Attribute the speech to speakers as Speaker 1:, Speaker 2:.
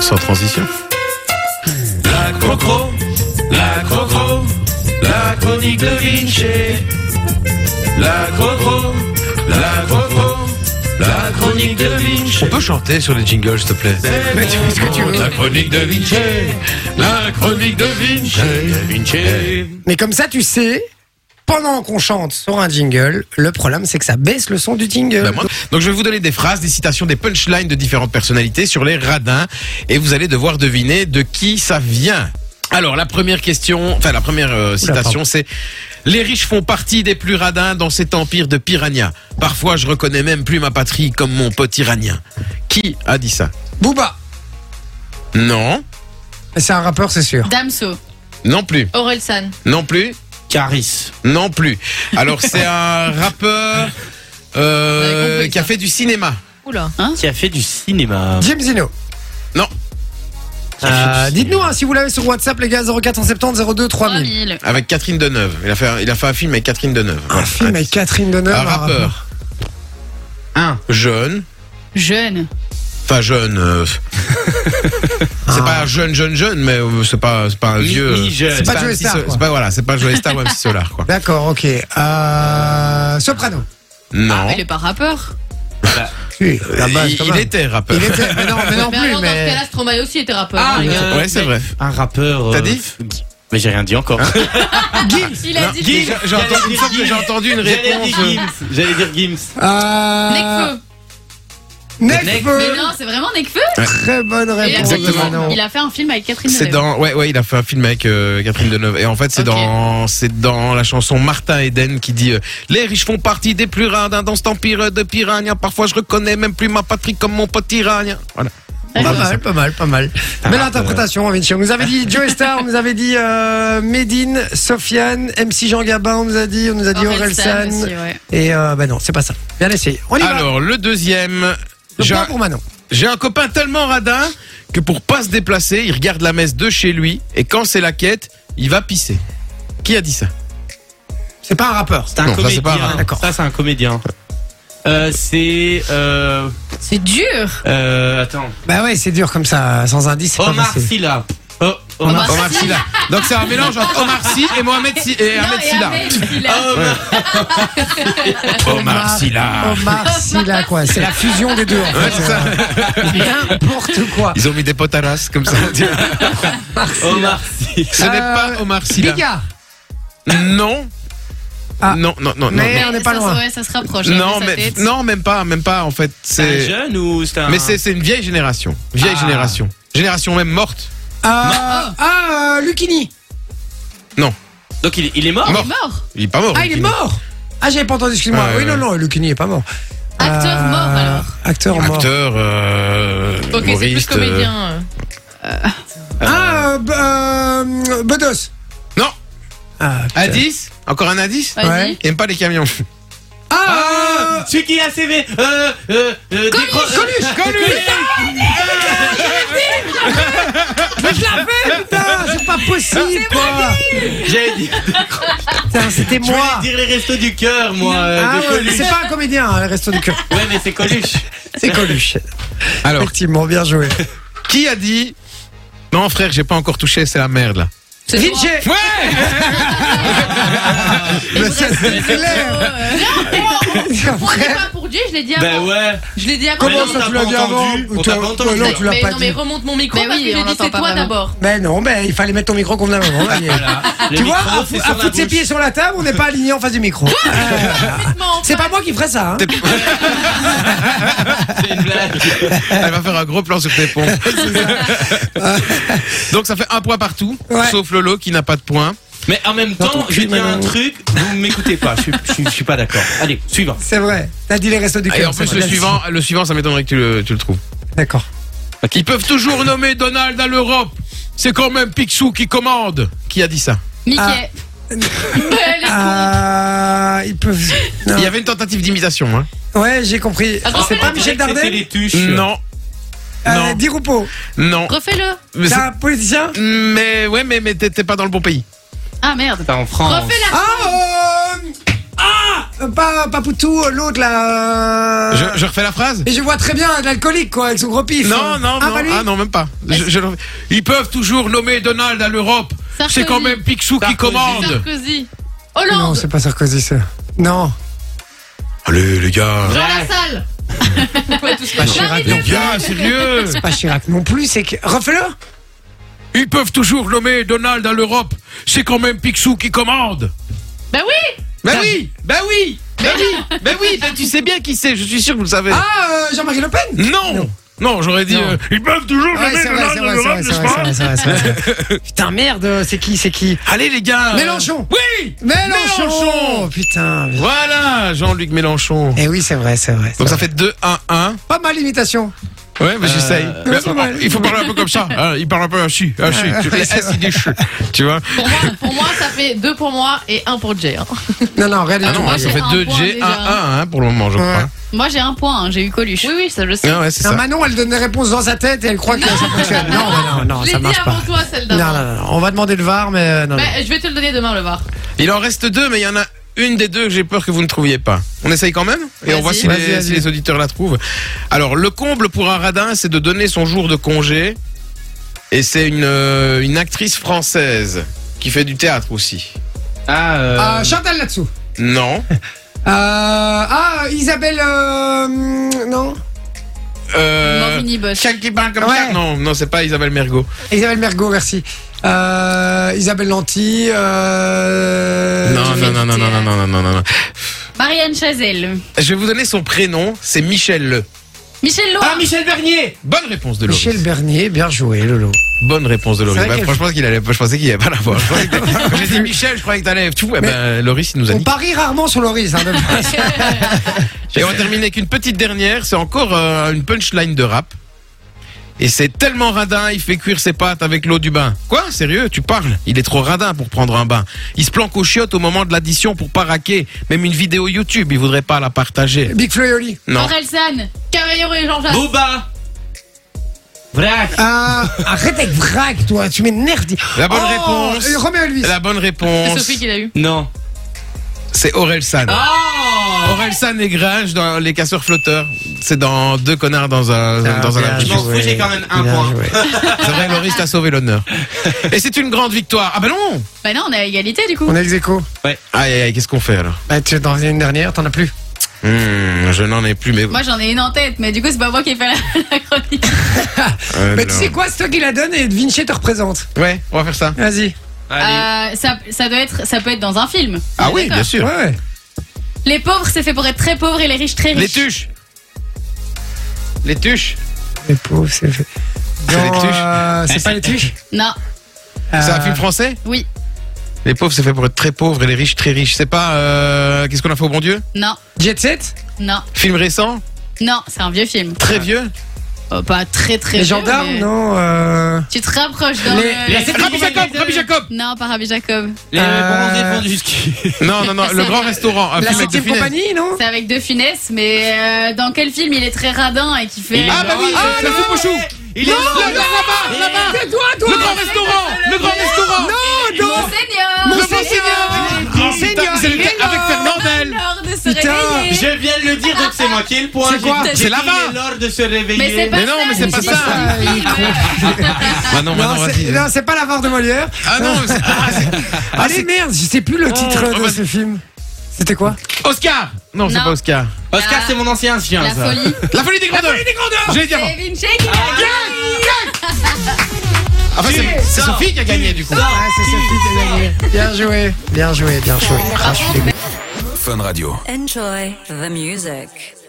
Speaker 1: sans transition.
Speaker 2: La crocro, la crocro, la chronique de Vinci. La crocro, la crocro, la chronique de Vinci.
Speaker 3: On peut chanter sur les jingles, s'il te plaît
Speaker 2: Mais tu ce que tu veux. La chronique de Vinci, la chronique de Vinci. Vinci.
Speaker 4: Mais comme ça, tu sais, pendant qu'on chante sur un jingle, le problème c'est que ça baisse le son du jingle.
Speaker 1: Bah, moi- Donc je vais vous donner des phrases, des citations, des punchlines de différentes personnalités sur les radins et vous allez devoir deviner de qui ça vient. Alors la première question, enfin la première euh, citation c'est les riches font partie des plus radins dans cet empire de piranha. Parfois je reconnais même plus ma patrie comme mon pote iranien. Qui a dit ça
Speaker 4: Booba,
Speaker 1: Non,
Speaker 4: c'est un rappeur, c'est sûr.
Speaker 5: Damso,
Speaker 1: non plus,
Speaker 5: Orelsan,
Speaker 1: non plus,
Speaker 3: Caris.
Speaker 1: non plus. Alors c'est un rappeur euh,
Speaker 5: Vous avez compris,
Speaker 1: qui a
Speaker 5: ça.
Speaker 1: fait du cinéma.
Speaker 5: oula, hein
Speaker 3: Qui a fait du cinéma.
Speaker 4: James Zino.
Speaker 1: Non.
Speaker 4: Euh, Dites-nous hein, si vous l'avez sur WhatsApp, les gars, 0470 02 3000.
Speaker 5: 3000.
Speaker 1: Avec Catherine Deneuve. Il a fait, il a fait un film avec Catherine Deneuve.
Speaker 4: Un film avec Catherine Deneuve.
Speaker 1: Ah, Un rappeur.
Speaker 3: Un.
Speaker 1: Jeune.
Speaker 5: Jeune,
Speaker 1: Enfin, jeune. euh, c'est
Speaker 4: Ah.
Speaker 1: pas jeune, jeune, jeune, mais euh, c'est pas, c'est pas un vieux. euh,
Speaker 4: C'est pas
Speaker 1: un
Speaker 4: Joey
Speaker 1: petit
Speaker 4: Star,
Speaker 1: so-
Speaker 4: quoi.
Speaker 1: C'est pas, voilà, c'est pas Joey Star ou MC Solar, quoi.
Speaker 4: D'accord, ok. Euh, soprano.
Speaker 1: Non.
Speaker 5: il est pas rappeur.
Speaker 4: Oui, la base,
Speaker 1: Euh, il,
Speaker 4: quand
Speaker 1: il
Speaker 4: même.
Speaker 1: était rappeur.
Speaker 4: Il était, mais non, mais non
Speaker 5: mais
Speaker 4: plus,
Speaker 5: alors, dans ce
Speaker 4: mais. Ah,
Speaker 5: cas-là, Stromae aussi était rappeur. hein, les gars.
Speaker 1: Ouais, c'est vrai.
Speaker 3: Un rappeur. euh,
Speaker 1: T'as dit Hein
Speaker 3: Guy- Mais j'ai rien dit encore.
Speaker 5: Il a dit
Speaker 1: J'ai j'ai entendu,
Speaker 3: J'allais
Speaker 1: il me semble
Speaker 3: dire
Speaker 1: que j'ai entendu une
Speaker 3: J'allais
Speaker 1: réponse.
Speaker 3: dire Gims. J'allais dire Gims.
Speaker 4: Euh,
Speaker 5: Nekfeu.
Speaker 4: Nekfeu.
Speaker 5: Mais non, c'est vraiment Nekfeu.
Speaker 4: Très bonne
Speaker 5: Et il a
Speaker 4: réponse,
Speaker 5: fait-
Speaker 1: Exactement.
Speaker 4: Manon.
Speaker 5: Il a fait un film avec Catherine
Speaker 1: C'est
Speaker 5: Deneuve.
Speaker 1: dans, ouais, ouais, il a fait un film avec euh, Catherine Deneuve. Et en fait, c'est
Speaker 5: Ok.
Speaker 1: dans, c'est dans la chanson Martin Eden qui dit euh, Les riches font partie des plus radins dans cet empire de piranha. Parfois, je reconnais même plus ma patrie comme mon pote iranien. Voilà.
Speaker 4: Pas mal, pas mal, pas mal. Mais l'interprétation, Vinci. On nous avait dit Joe Star, on nous avait dit euh, Medine, Sofiane, MC Jean Gabin, on nous a dit, on nous a dit
Speaker 5: Orelsan
Speaker 4: Orelsan.
Speaker 5: aussi, ouais.
Speaker 4: Et euh, bah non, c'est pas ça. Bien essayé. On y va.
Speaker 1: Alors, le deuxième.
Speaker 4: Le
Speaker 1: J'ai
Speaker 4: point
Speaker 1: un,
Speaker 4: pour Manon.
Speaker 1: j'ai un copain tellement radin que pour pas se déplacer, il regarde la messe de chez lui et quand c'est la quête, il va pisser. Qui a dit ça
Speaker 4: C'est pas un rappeur.
Speaker 3: C'est un
Speaker 1: Non, ça, c'est
Speaker 3: comédien.
Speaker 1: pas un rappeur.
Speaker 4: D'accord.
Speaker 3: Ça, c'est un comédien. Euh, c'est. Euh,
Speaker 5: C'est dur.
Speaker 3: euh, attends.
Speaker 4: Bah ouais, c'est dur comme ça, sans indice. c'est pas
Speaker 3: Omar
Speaker 4: facile.
Speaker 3: Silla. Oh, Omar,
Speaker 5: Omar
Speaker 1: Omar Sylla. Donc c'est un mélange entre Omar Sy et Mohamed Sy, et
Speaker 5: Non,
Speaker 1: Ahmed
Speaker 5: et
Speaker 1: Sylla.
Speaker 5: Ahmed
Speaker 4: Ah,
Speaker 5: Sylla.
Speaker 1: Omar Sylla.
Speaker 4: Omar Silla, quoi. C'est la fusion des deux. En fait. Euh, N'importe quoi.
Speaker 1: Ils ont mis des potaras comme ça.
Speaker 3: Omar Sy-
Speaker 1: Ce n'est
Speaker 4: Euh,
Speaker 1: pas Omar Sylla.
Speaker 4: Bigard.
Speaker 1: Non.
Speaker 4: Ah.
Speaker 1: Non, non, non, non,
Speaker 4: Mais
Speaker 1: non.
Speaker 4: on n'est
Speaker 5: Ça
Speaker 4: pas
Speaker 5: se-
Speaker 4: loin.
Speaker 5: ouais, ça se rapproche. hein,
Speaker 1: Non,
Speaker 5: de sa
Speaker 1: mais,
Speaker 5: tête.
Speaker 1: non, même pas, même pas, en fait.
Speaker 3: C'est un
Speaker 1: C'est,
Speaker 3: jeune hein. ou c'est un.
Speaker 1: mais c'est, c'est une vieille génération. Vieille
Speaker 3: Ah.
Speaker 1: génération. Génération même morte.
Speaker 4: Euh, ah, euh, Lucini.
Speaker 3: Donc il, est- Ah, il est mort
Speaker 1: Mort.
Speaker 5: Il est mort.
Speaker 1: Il est pas mort.
Speaker 4: Ah, il est
Speaker 1: Lucini.
Speaker 4: mort. Ah, j'avais pas entendu, excuse-moi.
Speaker 1: Ouais,
Speaker 4: oui, non,
Speaker 1: ouais.
Speaker 4: non, Lucini est pas mort.
Speaker 5: Acteur
Speaker 4: Euh,
Speaker 5: mort, alors.
Speaker 4: Acteur mort.
Speaker 1: Acteur, euh,
Speaker 5: Ok, c'est plus
Speaker 1: humoriste, euh,
Speaker 5: comédien. euh.
Speaker 4: Ah, euh, B- euh, Bedos.
Speaker 1: Non.
Speaker 4: Ah, putain.
Speaker 1: Indice Encore un indice
Speaker 5: Vas-y.
Speaker 4: Ouais.
Speaker 1: Il aime pas les camions.
Speaker 4: Ah,
Speaker 3: Ah, Celui qui est ACV euh, euh, euh, décro- euh,
Speaker 4: Coluche, Coluche. Ah,
Speaker 3: Ah,
Speaker 4: Mais je l'avais, putain, c'est pas possible. quoi.
Speaker 3: J'allais dire,
Speaker 4: Putain, c'était
Speaker 3: je voulais
Speaker 4: moi.
Speaker 3: dire les restos du cœur, moi. euh,
Speaker 4: Ah
Speaker 3: de
Speaker 4: ouais, mais
Speaker 3: Coluche.
Speaker 4: c'est pas un comédien, hein, le resto du cœur.
Speaker 3: Ouais, mais c'est Coluche.
Speaker 4: C'est Coluche.
Speaker 1: Alors,
Speaker 4: Effectivement, bien joué.
Speaker 1: qui a dit Non, frère, j'ai pas encore touché, c'est la merde là.
Speaker 5: C'est
Speaker 4: Vinci.
Speaker 5: droit.
Speaker 4: Mais c'est c'est clair.
Speaker 5: Euh, On dit
Speaker 4: Après,
Speaker 5: pas pour Dieu, je l'ai dit
Speaker 3: Ben
Speaker 5: avant.
Speaker 3: ouais.
Speaker 5: Je l'ai dit avant.
Speaker 4: Comment
Speaker 3: Mais
Speaker 4: ça
Speaker 3: non,
Speaker 4: tu
Speaker 3: t'as
Speaker 4: l'as
Speaker 3: pas
Speaker 4: dit
Speaker 3: entendu,
Speaker 4: avant
Speaker 3: on t'a
Speaker 4: Ou toi-
Speaker 3: pas entendu.
Speaker 4: toi, Non,
Speaker 5: Mais-
Speaker 4: tu l'as
Speaker 5: mais
Speaker 4: pas
Speaker 5: non, mais
Speaker 4: dit.
Speaker 5: remonte mon micro
Speaker 6: Mais
Speaker 5: parce
Speaker 6: oui,
Speaker 5: que
Speaker 6: on
Speaker 5: j'ai dit
Speaker 6: l'entend
Speaker 5: c'est
Speaker 6: pas
Speaker 5: toi
Speaker 6: vraiment.
Speaker 5: d'abord.
Speaker 4: Mais Ben non, mais il fallait mettre ton micro convenablement. là, il est-
Speaker 3: Voilà. Le
Speaker 4: Tu vois,
Speaker 3: micro,
Speaker 4: à,
Speaker 3: c'est
Speaker 4: à
Speaker 3: sur la
Speaker 4: foutre ses
Speaker 3: bouche.
Speaker 4: pieds sur la table, on n'est pas aligné en face du micro.
Speaker 5: Complètement.
Speaker 4: C'est pas moi qui ferais ça. hein.
Speaker 1: T'es-
Speaker 3: C'est une blague.
Speaker 1: Elle va faire un gros plan sur tes pompes. Donc ça fait un point partout,
Speaker 4: Ouais.
Speaker 1: sauf Lolo qui n'a pas de point.
Speaker 3: Mais en même
Speaker 4: Dans ton
Speaker 3: temps,
Speaker 4: cul,
Speaker 3: je dis un
Speaker 4: Manon.
Speaker 3: truc, vous m'écoutez pas. Je suis- je suis- je suis pas d'accord. Allez, suivant.
Speaker 4: C'est vrai. T'as dit les restos du
Speaker 1: Et
Speaker 4: cœur.
Speaker 1: en plus
Speaker 4: c'est
Speaker 1: le
Speaker 4: vrai.
Speaker 1: suivant, le suivant, ça m'étonnerait que tu le, tu le trouves.
Speaker 4: D'accord.
Speaker 1: Ils peuvent toujours nommer Donald à l'Europe. C'est quand même Picsou qui commande. Qui a dit ça
Speaker 5: Mickey. Belle.
Speaker 4: Ah. Euh, ils peuvent. Non.
Speaker 1: Il y avait une tentative d'imitation. Hein.
Speaker 4: Ouais, j'ai compris.
Speaker 5: Attends,
Speaker 4: C'est
Speaker 5: mais
Speaker 4: pas
Speaker 5: attends,
Speaker 4: Michel
Speaker 3: C'était
Speaker 4: Dardel
Speaker 3: les tuches.
Speaker 1: Non,
Speaker 4: euh,
Speaker 1: non,
Speaker 4: Di Rupo.
Speaker 1: non.
Speaker 5: Refais-le.
Speaker 1: Mais,
Speaker 4: C'est
Speaker 1: c'est-
Speaker 4: un politicien
Speaker 1: mais ouais, mais, mais t'es t'es pas dans le bon pays.
Speaker 5: Ah merde.
Speaker 3: C'était en France.
Speaker 5: Refais la.
Speaker 4: Ah euh, Ah euh, pas, pas Poutou, euh, l'autre là. euh,
Speaker 1: Je, je refais la phrase
Speaker 4: Et je vois très bien l'alcoolique quoi, avec son gros pif.
Speaker 1: Non, non,
Speaker 4: ah,
Speaker 1: non.
Speaker 4: Pas lui
Speaker 1: ah non, même pas. Je- je le refais. Ils peuvent toujours nommer Donald à l'Europe.
Speaker 5: Sarkozy.
Speaker 1: C'est quand même Picsou qui
Speaker 3: Sarkozy.
Speaker 1: commande.
Speaker 5: Sarkozy.
Speaker 4: Non,
Speaker 5: Hollande.
Speaker 4: c'est pas Sarkozy ça. Non.
Speaker 1: Allez, les gars.
Speaker 5: Jean Lassalle. Pourquoi tous les
Speaker 4: Chirac,
Speaker 1: Les gars, sérieux.
Speaker 4: C'est pas Chirac non plus, c'est que. Refais-le
Speaker 1: Ils peuvent toujours nommer Donald à l'Europe. C'est quand même Picsou qui commande.
Speaker 5: Bah oui.
Speaker 1: Ben oui, ben oui, ben oui, ben oui. Ben tu sais bien qui c'est, je suis sûr que vous le savez.
Speaker 4: Ah, euh, Jean-Marie Le Pen
Speaker 1: non Non, j'aurais dit... euh, ils peuvent toujours
Speaker 4: Ouais,
Speaker 1: nommer
Speaker 4: c'est
Speaker 1: Donald
Speaker 4: vrai, c'est
Speaker 1: à
Speaker 4: vrai, c'est
Speaker 1: l'Europe,
Speaker 4: vrai, c'est
Speaker 1: n'est-ce
Speaker 4: vrai,
Speaker 1: pas
Speaker 4: c'est vrai, c'est vrai, c'est vrai. Putain, merde, c'est qui, c'est qui
Speaker 1: Allez les gars euh,
Speaker 4: Mélenchon.
Speaker 1: Oui
Speaker 4: Mélenchon,
Speaker 1: Mélenchon
Speaker 4: Putain. bien.
Speaker 1: Voilà, Jean-Luc Mélenchon.
Speaker 4: Eh oui, c'est vrai, c'est vrai. c'est
Speaker 1: Donc ça
Speaker 4: vrai.
Speaker 1: fait 2-1-1.
Speaker 4: pas mal l'imitation.
Speaker 1: Ouais, mais j'essaye. Mais
Speaker 4: Euh, c'est mal.
Speaker 1: Il faut parler un peu comme ça. hein, il parle un peu ainsi, ainsi. Tu fais ainsi des cheveux, Tu vois
Speaker 5: Pour moi, pour moi, ça fait deux pour moi et un pour Jay. hein.
Speaker 4: Non, non, rien du
Speaker 1: Ah
Speaker 4: tout.
Speaker 1: non,
Speaker 5: moi,
Speaker 1: hein, ça
Speaker 5: j'ai
Speaker 1: fait
Speaker 5: un point
Speaker 1: 2G, 1-1
Speaker 5: déjà.
Speaker 1: hein, pour le moment, je
Speaker 4: Ouais.
Speaker 1: crois.
Speaker 5: Moi, j'ai un point. hein, J'ai eu Coluche. Oui, oui, ça je sais.
Speaker 1: Ah ouais, c'est
Speaker 4: Non,
Speaker 1: ça.
Speaker 4: Manon, elle donne des réponses dans sa tête et elle croit que ça fonctionne. Non, non, non, non,
Speaker 5: je
Speaker 4: ça
Speaker 5: l'ai dit
Speaker 4: marche
Speaker 5: avant
Speaker 4: pas.
Speaker 5: toi, celle
Speaker 4: Non,
Speaker 5: d'avant.
Speaker 4: non, non, non, on va demander le VAR, mais euh, non, non.
Speaker 5: Mais je vais te le donner demain, le voir.
Speaker 1: Il en reste deux, mais il y en a une des deux que j'ai peur que vous ne trouviez pas. On essaye quand même et on
Speaker 5: Vas-y.
Speaker 1: voit si,
Speaker 4: Vas-y,
Speaker 1: les,
Speaker 4: vas-y.
Speaker 1: si les auditeurs la trouvent. Alors, le comble pour un radin, c'est de donner son jour de congé. Et c'est une, euh, une actrice française qui fait du théâtre aussi.
Speaker 3: Ah, euh,
Speaker 4: Euh, Chantal là-dessous.
Speaker 1: Non.
Speaker 4: Euh, ah, Isabelle. euh, hum, non.
Speaker 1: Euh,
Speaker 5: Morvini Bosch.
Speaker 1: celle qui parle comme
Speaker 4: Ouais.
Speaker 1: ça Non, non, c'est pas Isabelle Mergot.
Speaker 4: Isabelle Mergot, merci. Euh, Isabelle Lanty. Euh,
Speaker 1: non,
Speaker 5: qui
Speaker 1: non,
Speaker 5: fait
Speaker 1: non, non,
Speaker 5: du
Speaker 1: non, non,
Speaker 5: théâtre.
Speaker 1: non, non, non, non.
Speaker 5: Marianne Chazelle.
Speaker 1: Je vais vous donner son prénom, c'est Michel Le.
Speaker 5: Michel Loire.
Speaker 3: ah, Michel Bernier
Speaker 1: Bonne réponse de Laurie.
Speaker 4: Michel Bernier, bien joué, Lolo.
Speaker 1: Bonne réponse de Loris.
Speaker 4: C'est
Speaker 1: Bah,
Speaker 4: vrai qu'elle-
Speaker 1: franchement, qu'il allait, je pensais qu'il n'y avait pas l'avoir. Je pensais que- Quand j'ai dit Michel, je croyais que t'allais. Tout. Eh ben, Loris, il nous a
Speaker 4: On
Speaker 1: dit.
Speaker 4: parie rarement sur Loris. Hein, de-
Speaker 1: Et on va terminer avec une petite dernière. C'est encore euh, une punchline de rap. Et c'est tellement radin, il fait cuire ses pattes avec l'eau du bain. Quoi Sérieux Tu parles Il est trop radin pour prendre un bain. Il se planque aux chiottes au moment de l'addition pour pas raquer. Même une vidéo YouTube, il voudrait pas la partager.
Speaker 4: Big Flo et Oli.
Speaker 1: Non.
Speaker 5: Orelsan. Cavallero et Jean-Jacques.
Speaker 3: Boba Vrac
Speaker 4: Ah, arrête avec vrac, toi, tu m'énerves. dis-
Speaker 1: La bonne
Speaker 4: Oh,
Speaker 1: réponse.
Speaker 4: et Roméo Elvis.
Speaker 1: La bonne
Speaker 5: C'est
Speaker 1: réponse,
Speaker 5: Sophie qui l'a eu.
Speaker 3: Non.
Speaker 1: c'est Aurel San.
Speaker 4: Ah,
Speaker 3: Oh
Speaker 1: Aurel San et Gringe dans Les Casseurs Flotteurs. C'est dans Deux connards dans un,
Speaker 4: Ah,
Speaker 1: dans un
Speaker 4: bien
Speaker 1: arbre.
Speaker 3: Je m'en fous,
Speaker 4: joué.
Speaker 3: j'ai quand même un
Speaker 4: Bien
Speaker 3: point.
Speaker 4: joué.
Speaker 1: C'est vrai, Loris t'a sauvé l'honneur. Et c'est une grande victoire. Ah ben non
Speaker 5: Bah non, on est à égalité du coup.
Speaker 4: On a les échos.
Speaker 1: Aïe, aïe, aïe, qu'est-ce qu'on fait alors
Speaker 4: Bah, tu en faisais une dernière, t'en as plus.
Speaker 1: Hmm, Je n'en ai plus, mais...
Speaker 5: Moi j'en ai une en tête, mais du coup c'est pas moi qui ai fait la, la chronique.
Speaker 1: Euh,
Speaker 4: Mais Bah, tu
Speaker 1: non.
Speaker 4: sais quoi, c'est toi qui la donne et Vinci te représente.
Speaker 1: Ouais, on va faire ça.
Speaker 4: Vas-y.
Speaker 3: Allez.
Speaker 5: Euh, ça, ça doit être, ça peut être dans un film.
Speaker 1: Ah
Speaker 5: On est
Speaker 1: oui,
Speaker 5: d'accord.
Speaker 1: bien sûr.
Speaker 4: Ouais, ouais.
Speaker 5: Les pauvres, c'est fait pour être très pauvres et les riches très
Speaker 1: Les
Speaker 5: riches.
Speaker 1: tuches Les tuches
Speaker 4: Les pauvres, c'est fait.
Speaker 1: C'est
Speaker 4: Dans,
Speaker 1: les tuches.
Speaker 4: euh, c'est pas les tuches
Speaker 5: Non,
Speaker 1: C'est un
Speaker 4: Euh,
Speaker 1: film français
Speaker 5: oui,
Speaker 1: Ah. Les pauvres, c'est fait pour être très pauvres et les riches très riches. C'est pas... euh, Qu'est-ce qu'on a fait au bon Dieu
Speaker 5: non,
Speaker 4: Euh, Jet Set
Speaker 5: non,
Speaker 1: Film récent
Speaker 5: non, c'est un vieux film.
Speaker 1: Très vieux
Speaker 5: Oh, pas très très
Speaker 4: Les
Speaker 5: vieux,
Speaker 4: gendarmes,
Speaker 5: mais-
Speaker 4: non euh,
Speaker 5: Tu te rapproches dans
Speaker 4: Les-
Speaker 5: le-
Speaker 3: les- C'est
Speaker 1: Rabbi
Speaker 3: pas
Speaker 1: Jacob
Speaker 3: mauvais,
Speaker 1: Rabbi
Speaker 3: euh,
Speaker 1: Jacob
Speaker 5: Non, pas Rabbi Jacob.
Speaker 3: Les
Speaker 4: Euh,
Speaker 3: réponses défendues jusqu'ici.
Speaker 1: Non, non, non, Le Grand Restaurant. Un
Speaker 4: La
Speaker 1: film avec
Speaker 4: septième
Speaker 1: De Funès.
Speaker 4: compagnie, non
Speaker 5: C'est avec De Funès, mais euh, dans quel film il est très radin et qui fait...
Speaker 1: Ah bah oui,
Speaker 3: Ah,
Speaker 1: la
Speaker 3: non,
Speaker 1: soupe aux choux
Speaker 3: Il est
Speaker 1: Là-bas, là-bas, là-bas
Speaker 4: C'est toi, toi
Speaker 1: Le Grand Restaurant Le Grand Restaurant
Speaker 4: Non, bah non
Speaker 5: Monseigneur
Speaker 4: Mon
Speaker 1: Monseigneur
Speaker 4: Seigneur Seigneur,
Speaker 1: c'est le
Speaker 4: il
Speaker 1: avec
Speaker 4: est mort
Speaker 1: Fernandel
Speaker 5: L'heure de se
Speaker 4: Putain,
Speaker 5: réveiller.
Speaker 3: Je viens de le dire, donc c'est moi qui ai le point.
Speaker 4: C'est
Speaker 3: J'ai-
Speaker 4: quoi
Speaker 3: j'ai
Speaker 1: C'est
Speaker 3: dit,
Speaker 1: là-bas.
Speaker 3: Il est l'heure de se réveiller.
Speaker 5: Mais c'est pas
Speaker 1: Mais non,
Speaker 5: ça,
Speaker 1: mais c'est
Speaker 5: je
Speaker 1: pas
Speaker 5: dis
Speaker 1: ça.
Speaker 5: pas
Speaker 4: Il
Speaker 5: film.
Speaker 1: Bah non,
Speaker 4: Non,
Speaker 1: maintenant,
Speaker 4: c'est-
Speaker 1: vas-y.
Speaker 4: non, c'est pas l'avare de Molière.
Speaker 1: Ah non, c'est- ah, c'est-
Speaker 4: Allez, merde, je sais plus le titre
Speaker 1: oh,
Speaker 4: de
Speaker 1: bah-
Speaker 4: ce film. C'était quoi
Speaker 1: Oscar Non, c'est
Speaker 5: Non.
Speaker 1: pas Oscar.
Speaker 3: Oscar,
Speaker 5: La-
Speaker 3: c'est mon ancien chien,
Speaker 5: La
Speaker 3: ça.
Speaker 5: folie.
Speaker 1: La folie des grandeurs J'ai dit avant.
Speaker 5: C'est Vinci qui l'a eu.
Speaker 1: Enfin, c'est c'est Sophie qui a gagné du coup.
Speaker 4: Ouais,
Speaker 5: Ah,
Speaker 4: Ah, c'est Sophie qui a gagné. Bien joué, bien joué, bien joué. Ah, je suis dégoûté.
Speaker 6: Enjoy the music.